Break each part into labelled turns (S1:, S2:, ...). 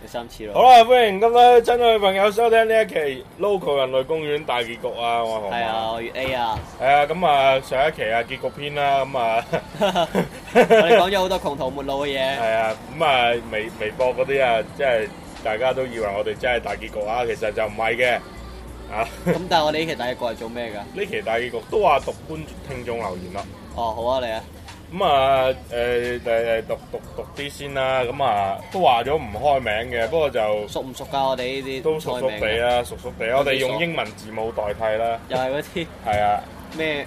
S1: 有三次
S2: 好
S1: 咯。
S2: 啦，歡迎咁多親愛嘅朋友收聽呢一期 Local 人類公園大結局啊！我係
S1: 係啊，
S2: 啊，
S1: 我月 A 啊，
S2: 係啊，咁啊上一期啊結局篇啦，咁啊
S1: 我哋講咗好多窮途末路嘅嘢，
S2: 係啊，咁啊微微博嗰啲啊，即係大家都以為我哋真係大結局啊，其實就唔係嘅啊。
S1: 咁但係我哋呢期第一個係做咩㗎？
S2: 呢期大結局都話讀觀聽眾留言啦。
S1: 哦，好啊，你啊，
S2: 咁啊，誒誒誒，讀讀讀啲先啦。咁啊，都話咗唔開名嘅，不過就
S1: 熟啊唔熟㗎？我哋呢啲
S2: 都熟熟
S1: 菜名
S2: 地啊
S1: 㗎，
S2: 啦，熟熟地。我哋用英文字母代替啦。
S1: 又係嗰啲
S2: 係啊，
S1: 咩
S2: 誒誒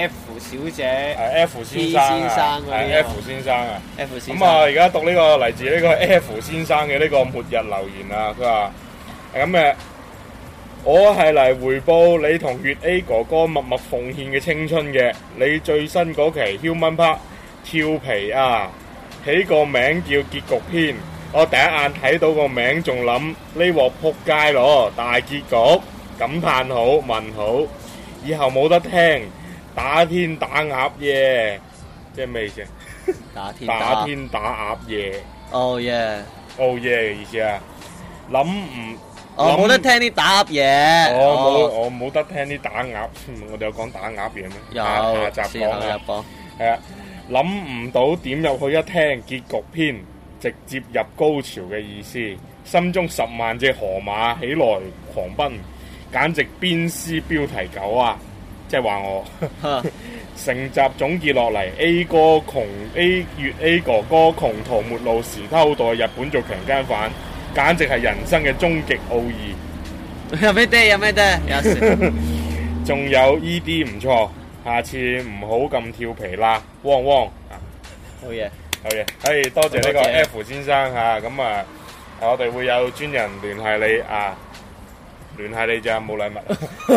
S1: F 小姐、
S2: 哎 F 先生
S1: 先
S2: 啊
S1: 生，嗰啲
S2: 係 F 先生啊。
S1: F 先
S2: 咁啊，
S1: 生，
S2: 而家讀呢個嚟自呢個 F 先生嘅呢個末日留言啊，佢話：咁誒，我係嚟回報你同月 A 哥哥默默奉獻嘅青春嘅。你最新嗰期 Human Park 調皮啊，起個名叫結局篇。我第一眼睇到個名仲諗呢鑊撲街咯，大結局感嘆號問號，以後冇得聽打天打鴨耶，即係咩意思啊？
S1: 打天
S2: 打
S1: 打，
S2: 天打鴨夜
S1: 哦耶，
S2: ，oh yeah 嘅意思啊！諗唔
S1: 我
S2: 諗
S1: 哦冇得聽啲打噏嘢，
S2: 我冇
S1: 哦，
S2: 我冇得聽啲打鴨， 我哋有講打鴨嘢咩？下
S1: 有，
S2: 下集
S1: 之
S2: 講
S1: 後入
S2: 啊，
S1: 榜，
S2: 係啊，諗唔到點入去一聽結局篇，直接入高潮嘅意思，心中十萬隻河馬起來狂奔，簡直鞭屍標題狗啊！即係話我。
S1: 哈
S2: 成集總結落嚟，A 哥窮 A 月 A 哥哥窮途末路時偷渡日本做強姦犯，簡直係人生嘅終極奧義。
S1: 有咩爹？有咩爹？有事，
S2: 仲有 E D 唔錯，下次唔好咁調皮啦，汪汪啊！
S1: 好嘢，
S2: 好嘢，哎，多謝呢個
S1: 多謝
S2: F 先生嚇，咁啊，我哋會有專人聯繫你啊，聯繫你咋冇禮物，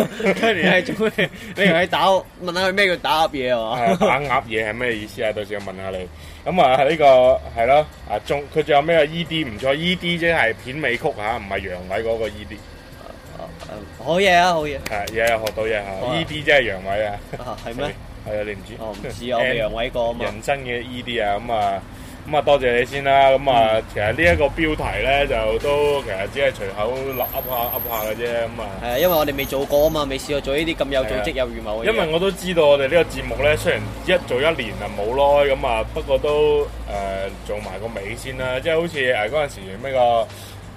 S1: 跟住係做咩？你同佢打，問下佢咩叫打噏嘢
S2: 啊
S1: 喎？
S2: 打鴨嘢係咩意思啊？到時我問下你。咁啊，呢個係咯，啊仲佢仲有咩 E.D. 唔錯，E.D. 即係片尾曲嚇，唔係陽痿嗰個 E.D.
S1: 哦好嘢啊，好嘢。
S2: 係嘢又學到嘢
S1: 好
S2: 嚇
S1: 啊
S2: ，E.D. 即係陽痿啊。
S1: 啊，係咩？？
S2: 係啊，你唔知？
S1: 我唔 知，我未陽痿過啊嘛。
S2: 人生嘅 E.D. 啊，咁啊，咁啊，多謝你先啦。咁
S1: 嗯
S2: 啊，其實呢一個標題咧就都其實只係隨口噏下噏下嘅啫，咁啊。
S1: 係啊，因為我哋未做過啊嘛，未試過做呢啲咁有組織有預謀嘅嘢。
S2: 因為我都知道我哋呢個節目咧，雖然一做一年啊冇耐咁啊，不過都誒、呃做埋個尾先啦。即係好似誒嗰陣時咩個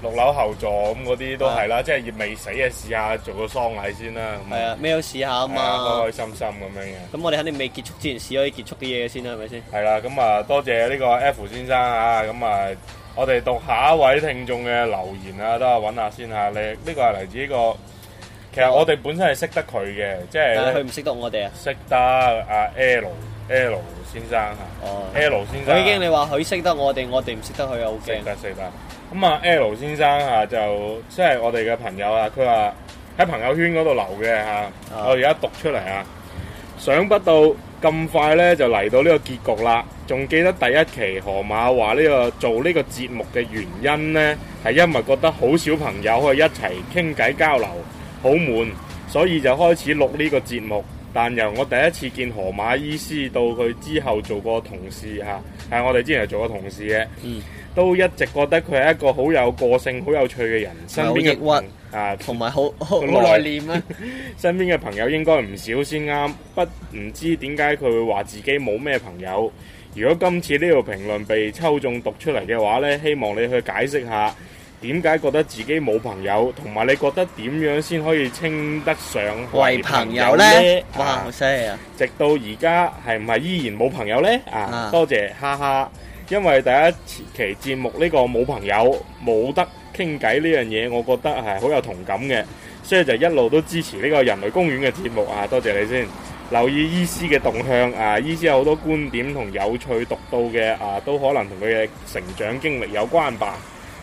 S2: 六樓後座咁嗰啲都係啦，即係未死嘅試下做個喪禮先啦。咁
S1: 係，啊，咩都試下啊
S2: 係啊，開
S1: 嘛
S2: 開。心心咁樣嘅。
S1: 咁我哋肯定未結束之前試咗啲結束嘅嘢先啦，係咪先？
S2: 係啦，咁啊多謝呢個 F 先生啊，咁啊我哋讀下一位聽眾嘅留言啊，等我揾下先嚇。你呢、個係嚟自呢、個，其實我哋本身係識得佢嘅，即係
S1: 但係
S2: 呢
S1: 佢唔識得我哋啊。
S2: 識得阿 L L 啊先生嚇。
S1: 哦。
S2: L 先生，
S1: 佢已經你話佢識得我哋，我哋唔識得佢啊，好
S2: 識
S1: 驚。
S2: 得識得。咁啊，L 先生啊，就即係我哋嘅朋友啊，佢話喺朋友圈嗰度留嘅嚇，我而家讀出嚟啊。想不到咁快咧就嚟到呢個結局啦，仲記得第一期河馬話呢、個做呢個節目嘅原因呢，係因為覺得好少朋友可以一齊傾偈交流，好悶，所以就開始錄呢個節目。但由我第一次見河馬醫師到佢之後做過同事嚇，係我哋之前係做過同事嘅，
S1: 嗯
S2: 都一直覺得佢係一個好有個性、好有趣嘅人。身邊嘅
S1: 有抑鬱
S2: 朋啊，
S1: 同埋好好
S2: 個
S1: 好
S2: 內
S1: 內 斂啊！
S2: 身邊嘅朋友應該唔少先啱，不唔知點解佢會話自己冇咩朋友。如果今次呢條評論被抽中讀出嚟嘅話呢，希望你去解釋下點解覺得自己冇朋友，同埋你覺得點樣先可以稱得上
S1: 為朋友
S2: 咧
S1: 咧，？哇，
S2: 啊
S1: 好犀利 啊！
S2: 直到而家係唔係依然冇朋友呢？啊
S1: 啊，
S2: 多謝，哈哈！因為第一期節目呢個冇朋友冇得傾偈呢樣嘢，我覺得係好有同感嘅，所以就一路都支持呢個人類公園嘅節目啊！多謝你先，留意醫師嘅動向啊！醫師有好多觀點同有趣獨到嘅啊，都可能同佢嘅成長經歷有關吧。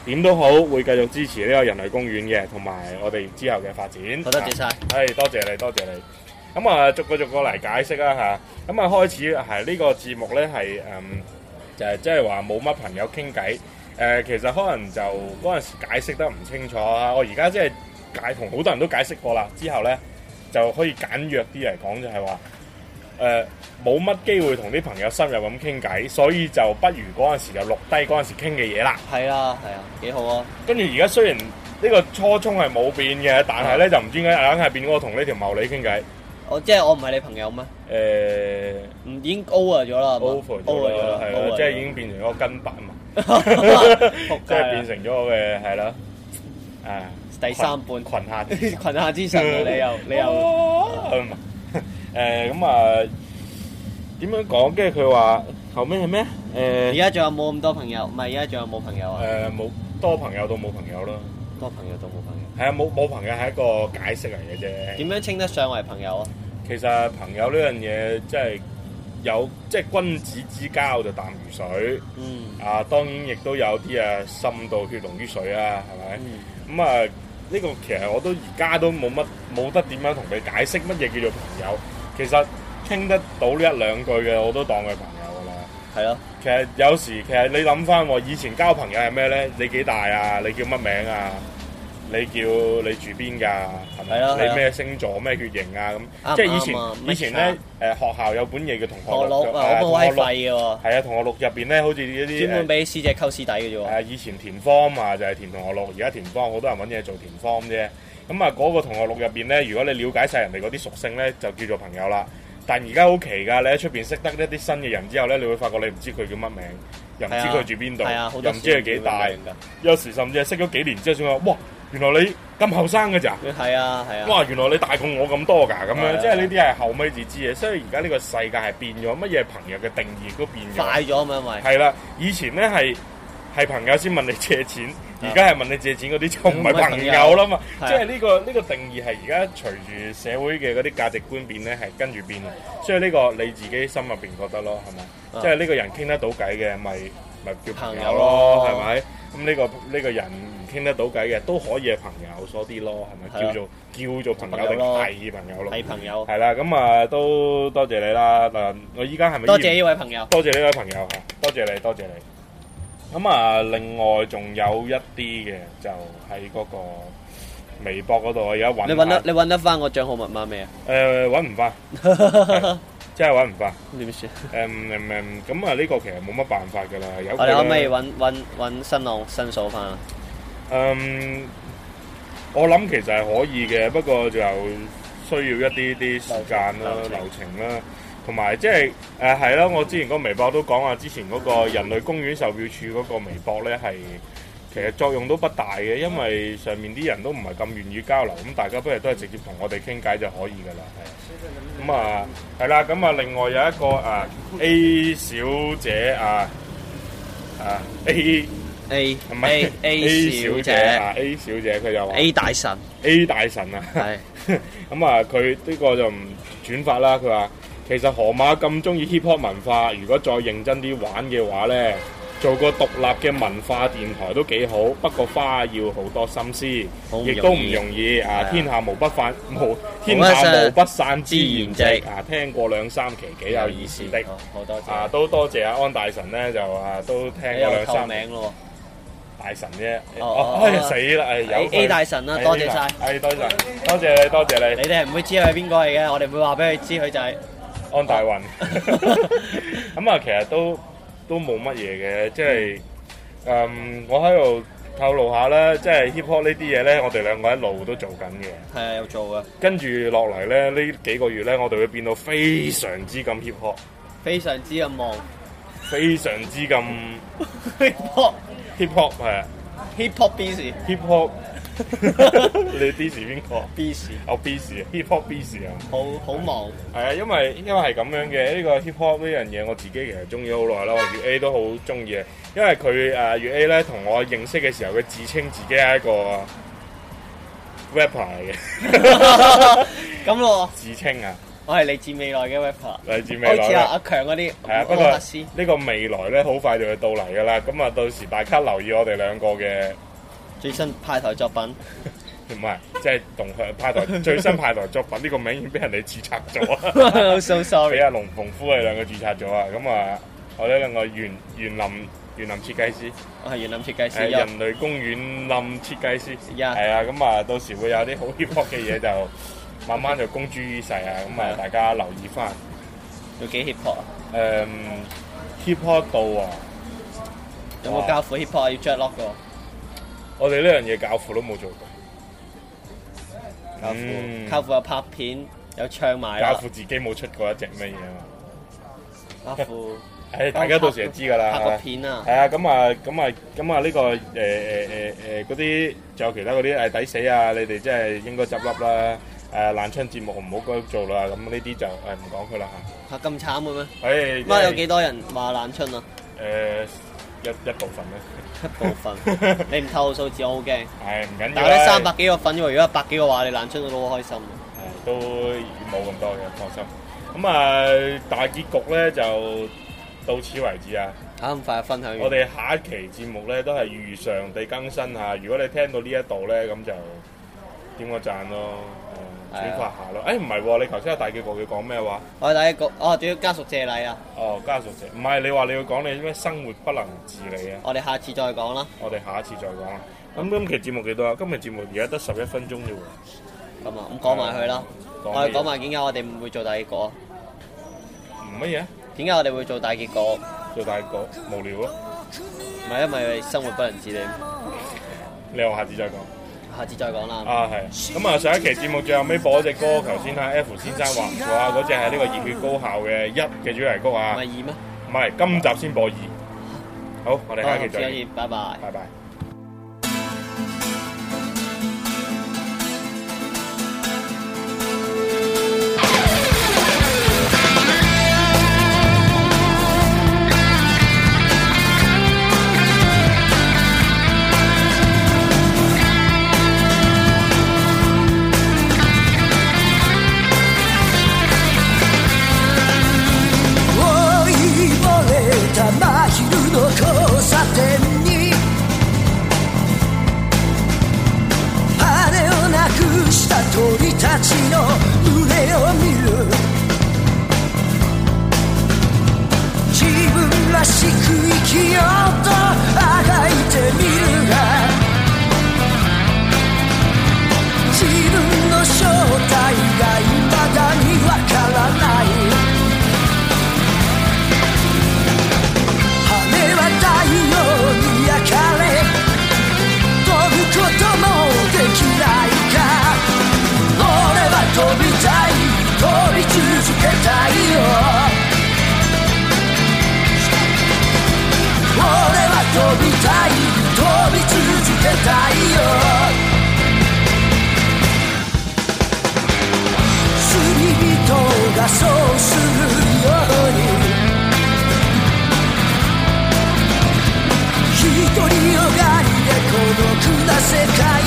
S2: 點都好，會繼續支持呢個人類公園嘅，同埋我哋之後嘅發展。
S1: 好多
S2: 啊
S1: 謝晒。
S2: 係，多謝你，多謝你。咁啊，逐個逐個嚟解釋啦吓，咁啊，開始係呢個節目咧係誒，嗯就係即係話冇乜朋友傾偈。誒、其實可能就嗰陣時解釋得唔清楚啊。我而家即係解同好多人都解釋過啦。之後咧就可以簡約啲嚟講，就係話誒冇乜機會同啲朋友深入咁傾偈，所以就不如嗰陣時就錄低嗰陣時傾嘅嘢啦。
S1: 係啦，係啊，幾好啊！
S2: 跟住而家雖然呢個初衷係冇變嘅，但係咧就唔知點解硬係變咗我同呢條茂利傾偈。
S1: 我即係我唔係你朋友咩？
S2: 誒、
S1: 唔已經 over 咗啦係嘛
S2: 呃
S1: 啊
S2: over 咗啦，係啦，即係已 經 變成一個跟班嘛，
S1: 仆
S2: 即
S1: 街啊
S2: 係
S1: 啦
S2: 變成咗我嘅係啦，啊
S1: 第三半
S2: 群下
S1: 群下之神啊！你又 你
S2: 哦
S1: 又
S2: 又誒咁啊點樣講？跟住佢話後尾係咩？
S1: 而
S2: 誒
S1: 家仲有冇咁多朋友？唔係而家仲有冇朋友啊？
S2: 誒冇多朋友到冇朋友啦，
S1: 多朋友都冇朋友，
S2: 係啊冇冇朋友係一個解釋嚟嘅啫。
S1: 點樣稱得上為朋友啊？
S2: 其實朋友呢樣嘢即係有即係君子之交就淡如水
S1: 嗯
S2: 啊，當然亦都有啲啊深到血濃於水啊，係咪？
S1: 嗯，
S2: 咁啊，呢個其實我都而家都冇乜冇得點樣同你解釋乜嘢叫做朋友。其實傾得到呢一兩句嘅，我都當佢朋友噶啦。
S1: 係咯，
S2: 其實有時其實你諗翻喎，以前交朋友係咩咧？你幾大啊？你叫乜名啊？你叫你住邊㗎？係
S1: 係啊係啊
S2: 咪？你咩星座咩血型啊？咁
S1: 啱
S2: 即係
S1: 啱
S2: 以
S1: 啊
S2: 前
S1: match
S2: 以前
S1: 啊
S2: 咧誒學校有本嘢叫同學
S1: 我
S2: 錄
S1: 攞啊，
S2: 誒
S1: 我好閪
S2: 同學錄
S1: 廢嘅喎，
S2: 係啊，同學錄入邊咧，好似呢啲
S1: 專
S2: 誒
S1: 門俾師姐溝師弟嘅啫喎。
S2: 誒以前填 form 啊，就係填同學錄，而家填 form 好多人揾嘢做填 form 啫。咁啊，嗰個同學錄入邊咧，如果你了解晒人哋嗰啲屬性咧，就叫做朋友啦。但而家好奇㗎，你喺出邊識得一啲新嘅人之後咧，你會發覺你唔知佢叫乜名，又唔知
S1: 係啊
S2: 佢住邊度，
S1: 係啊，好
S2: 又
S1: 多
S2: 唔知佢幾大。
S1: 㗎。
S2: 有時甚至係識咗幾年之後先話，哇，原來你咁後生㗎咋？
S1: 係啊係啊，
S2: 哇！原來你大過我咁多㗎，咁
S1: 係啊
S2: 樣即係呢啲係後尾至知嘅。所以而家呢個世界係變咗，乜嘢朋友嘅定義都變咗。
S1: 快咗啊嘛，因為
S2: 係啦，以前咧係係朋友先問你借錢，
S1: 啊
S2: 而家係問你借錢嗰啲就唔係朋友啦嘛。
S1: 係啊
S2: 即係呢個呢個定義係而家隨住社會嘅嗰啲價值觀變咧，係跟住變嘅。所以呢個你自己心入邊覺得咯，係咪？
S1: 啊
S2: 即係呢個人傾得到偈嘅，咪咪叫朋友
S1: 朋友
S2: 咯，
S1: 咯
S2: 係咪？咁呢個呢個人唔傾得到偈嘅，都可以係朋友多啲咯，係咪？
S1: 係
S2: 叫
S1: 啊
S2: 做叫做朋友
S1: 朋友
S2: 定
S1: 咯
S2: 係朋友咯？
S1: 係朋友，
S2: 係啦，咁啊都多謝你啦。嗱，我依家係咪
S1: 多
S2: 依然
S1: 謝呢位朋友。
S2: 多謝呢位朋友嚇，多謝你，多謝你。咁啊，另外仲有一啲嘅，就喺嗰個微博嗰度，我而家揾
S1: 你揾得你揾得翻我帳號密碼未啊？
S2: 誒揾唔 翻，係真係揾唔翻。
S1: 點算？
S2: 誒嗯唔唔唔咁啊呢個其實冇乜辦法㗎啦，有
S1: 我哋可唔可以
S2: 佢啦
S1: 揾揾揾新浪申訴翻啊？
S2: 嗯，我諗其實係可以嘅，不過就需要一啲啲時間啦、
S1: 流程
S2: 流程啦，同埋即係誒係啦。我之前個微博都講話，之前嗰個人類公園售票處嗰個微博咧係。其實作用都不大嘅，因為上面啲人都唔係咁願意交流，咁大家不如都係直接同我哋傾偈就可以㗎啦，係。咁啊，係啦，咁啊，另外有一個啊 A 小姐啊啊 A
S1: A
S2: 唔係
S1: A A 小姐
S2: 啊，A 小姐佢就話
S1: A 大神
S2: A 大神啊，
S1: 係
S2: 咁啊佢呢個就唔轉發啦。佢話其實河馬咁中意 hip hop 文化，如果再認真啲玩嘅話呢，做個獨立嘅文化電台都幾好，不過花要好多心思，
S1: 好唔
S2: 亦都唔
S1: 容易
S2: 容易啊！
S1: 係啊
S2: 天下無不散無天
S1: 無不散
S2: 下無不散之筵
S1: 之
S2: 席
S1: 筵席
S2: 啊！聽過兩三期幾有意思的。
S1: 好好多
S2: 啊，
S1: 謝。
S2: 都多謝阿安大神呢，就啊都聽過
S1: 你
S2: 兩
S1: 有
S2: 三
S1: 透
S2: 期。
S1: 名咯
S2: 大神啫，
S1: 哦
S2: 哦
S1: 哦，
S2: 哎呀死啦，哎有
S1: A- A 大神啦多謝晒
S2: 係多謝晒，多謝你，多謝
S1: 喎，你
S2: 你，
S1: 哋係唔會知佢係邊個嚟嘅，我哋唔會話俾佢知佢就係
S2: 安大 運。咁啊，其實都都冇乜嘢嘅，即係
S1: 嗯
S2: 誒，我喺度透露下啦，即係 hip hop 呢啲嘢咧，我哋兩個一路都做緊嘅。
S1: 係啊有做嘅，
S2: 跟住落嚟咧，呢幾個月咧，我哋會變到非常之咁 hip hop，
S1: 非常之咁忙。
S2: 非常之咁
S1: hip hop
S2: hip hop 係啊
S1: hip hop B 士
S2: hip hop。你 diss 邊個？
S1: B 士，
S2: 我 B 時 hip hop B 時啊！
S1: 好好忙。
S2: 係啊，因為因為係咁樣嘅呢、個 hip hop 呢樣嘢，我自己其實中意好耐啦，我粵 A 都好中意嘅，因為佢誒啊粵 A 咧同我認識嘅時候，佢自稱自己係一個 rapper 嚟 嘅，
S1: 咁咯，
S2: 自稱啊，
S1: 我係嚟自未來嘅 rapper，
S2: 嚟自未
S1: 好似阿
S2: 來。
S1: 阿強嗰啲
S2: 係啊，不
S1: 摩
S2: 過
S1: 克斯
S2: 呢個未來咧，好快就會到嚟噶啦。咁啊，到時大家留意我哋兩個嘅，
S1: 最新派台作品，
S2: 唔係即係同佢派台最新派台作品呢個名已經俾人哋註冊咗啊。
S1: 好 so
S2: 俾
S1: sorry。
S2: 阿龍鳳夫佢兩個註冊咗啊！咁啊，我哋兩個園園林園林設計師，
S1: 我係園林設計
S2: 誒
S1: 師，
S2: 呃啊人類公園林設計師，
S1: Yeah
S2: 係啊！咁啊，到時會有啲好 hip hop 嘅嘢就慢慢就公諸於世啊！咁啊，
S1: Yeah
S2: 大家留意翻。
S1: 有幾 hip hop 啊？
S2: 誒 hip hop 度啊，
S1: 有冇教父 hip hop 啊要 j a c lock 嘅？
S2: 我哋呢樣嘢教父都冇做過，
S1: 教
S2: 嗯
S1: 父，教父有拍片，有唱埋啦
S2: 教父自己冇出過一隻乜嘢啊嘛。
S1: 教父
S2: 誒，大家到時就知㗎啦。
S1: 拍過片啊
S2: 係，啊，咁啊，咁啊，咁啊，呢個誒誒誒誒呃嗰啲，仲有其他嗰啲誒抵死啊！你哋真係應該執笠啦！誒爛槍節目唔好做啦，咁呢啲就誒呃唔講佢啦
S1: 嚇咁慘嘅咩？
S2: 嚇。誒，
S1: 乜啊有幾多人話冷春 啊？
S2: 誒呃一一部分啦，
S1: 一部分，你唔透露數字我好驚。
S2: 係唔緊要
S1: 但係咧三百幾個粉喎，如果一百幾個話，你冷春我都好開心。啊
S2: 誒都冇咁多嘅，放心。咁啊，大結局咧就到此為止啊！
S1: 嚇咁快就分享
S2: 我
S1: 完，
S2: 哋下一期節目咧都係如常地更新嚇。如果你聽到呢一度咧，咁就點個讚咯，誒
S1: 係啊
S2: 轉發下咯。誒哎唔係喎，你頭先有大結局要講咩話？
S1: 我哋第一個，哦，屌家屬謝禮啊！
S2: 哦，家屬者，唔係你話你要講你咩生活不能自理啊？
S1: 我哋下次再講啦，
S2: 我哋下一次再講啦。啊
S1: 嗯
S2: 咁今期節目幾多啊？今期節目而家得十一分鐘啫喎。哦
S1: 咁啊，咁講埋佢啦。
S2: 講
S1: 我
S2: 乜嘢
S1: 哋講埋點解我哋唔會做大結果，
S2: 唔乜嘢
S1: 啊
S2: 啊？
S1: 點解我哋會做大結果？
S2: 做大個無聊啊咯。
S1: 唔係因為生活不能自理，
S2: 你話下次再講。
S1: 下次再講啦。
S2: 啊，係。咁啊，上一期節目最後尾播一隻歌，頭先啊 F 先生話唔錯啊，嗰只係呢個熱血高校嘅一嘅主題曲
S1: 唔
S2: 啊
S1: 係。二咩？
S2: 唔係，今集先播二。好，我哋下期
S1: 好
S2: 再見，，
S1: 拜拜。
S2: 拜拜。
S3: 追いぼれた真昼の交差点に羽をなくした鳥たちの群れを見る自分らしく生きようとあがいてみるが自分の正体が未だにわからない羽は太陽に焼かれ飛ぶこともできないか俺は飛びたい飛び続けたいよ俺は飛びたい飛び続けたいよ釣り人がそうするように一人よがりで孤独な世界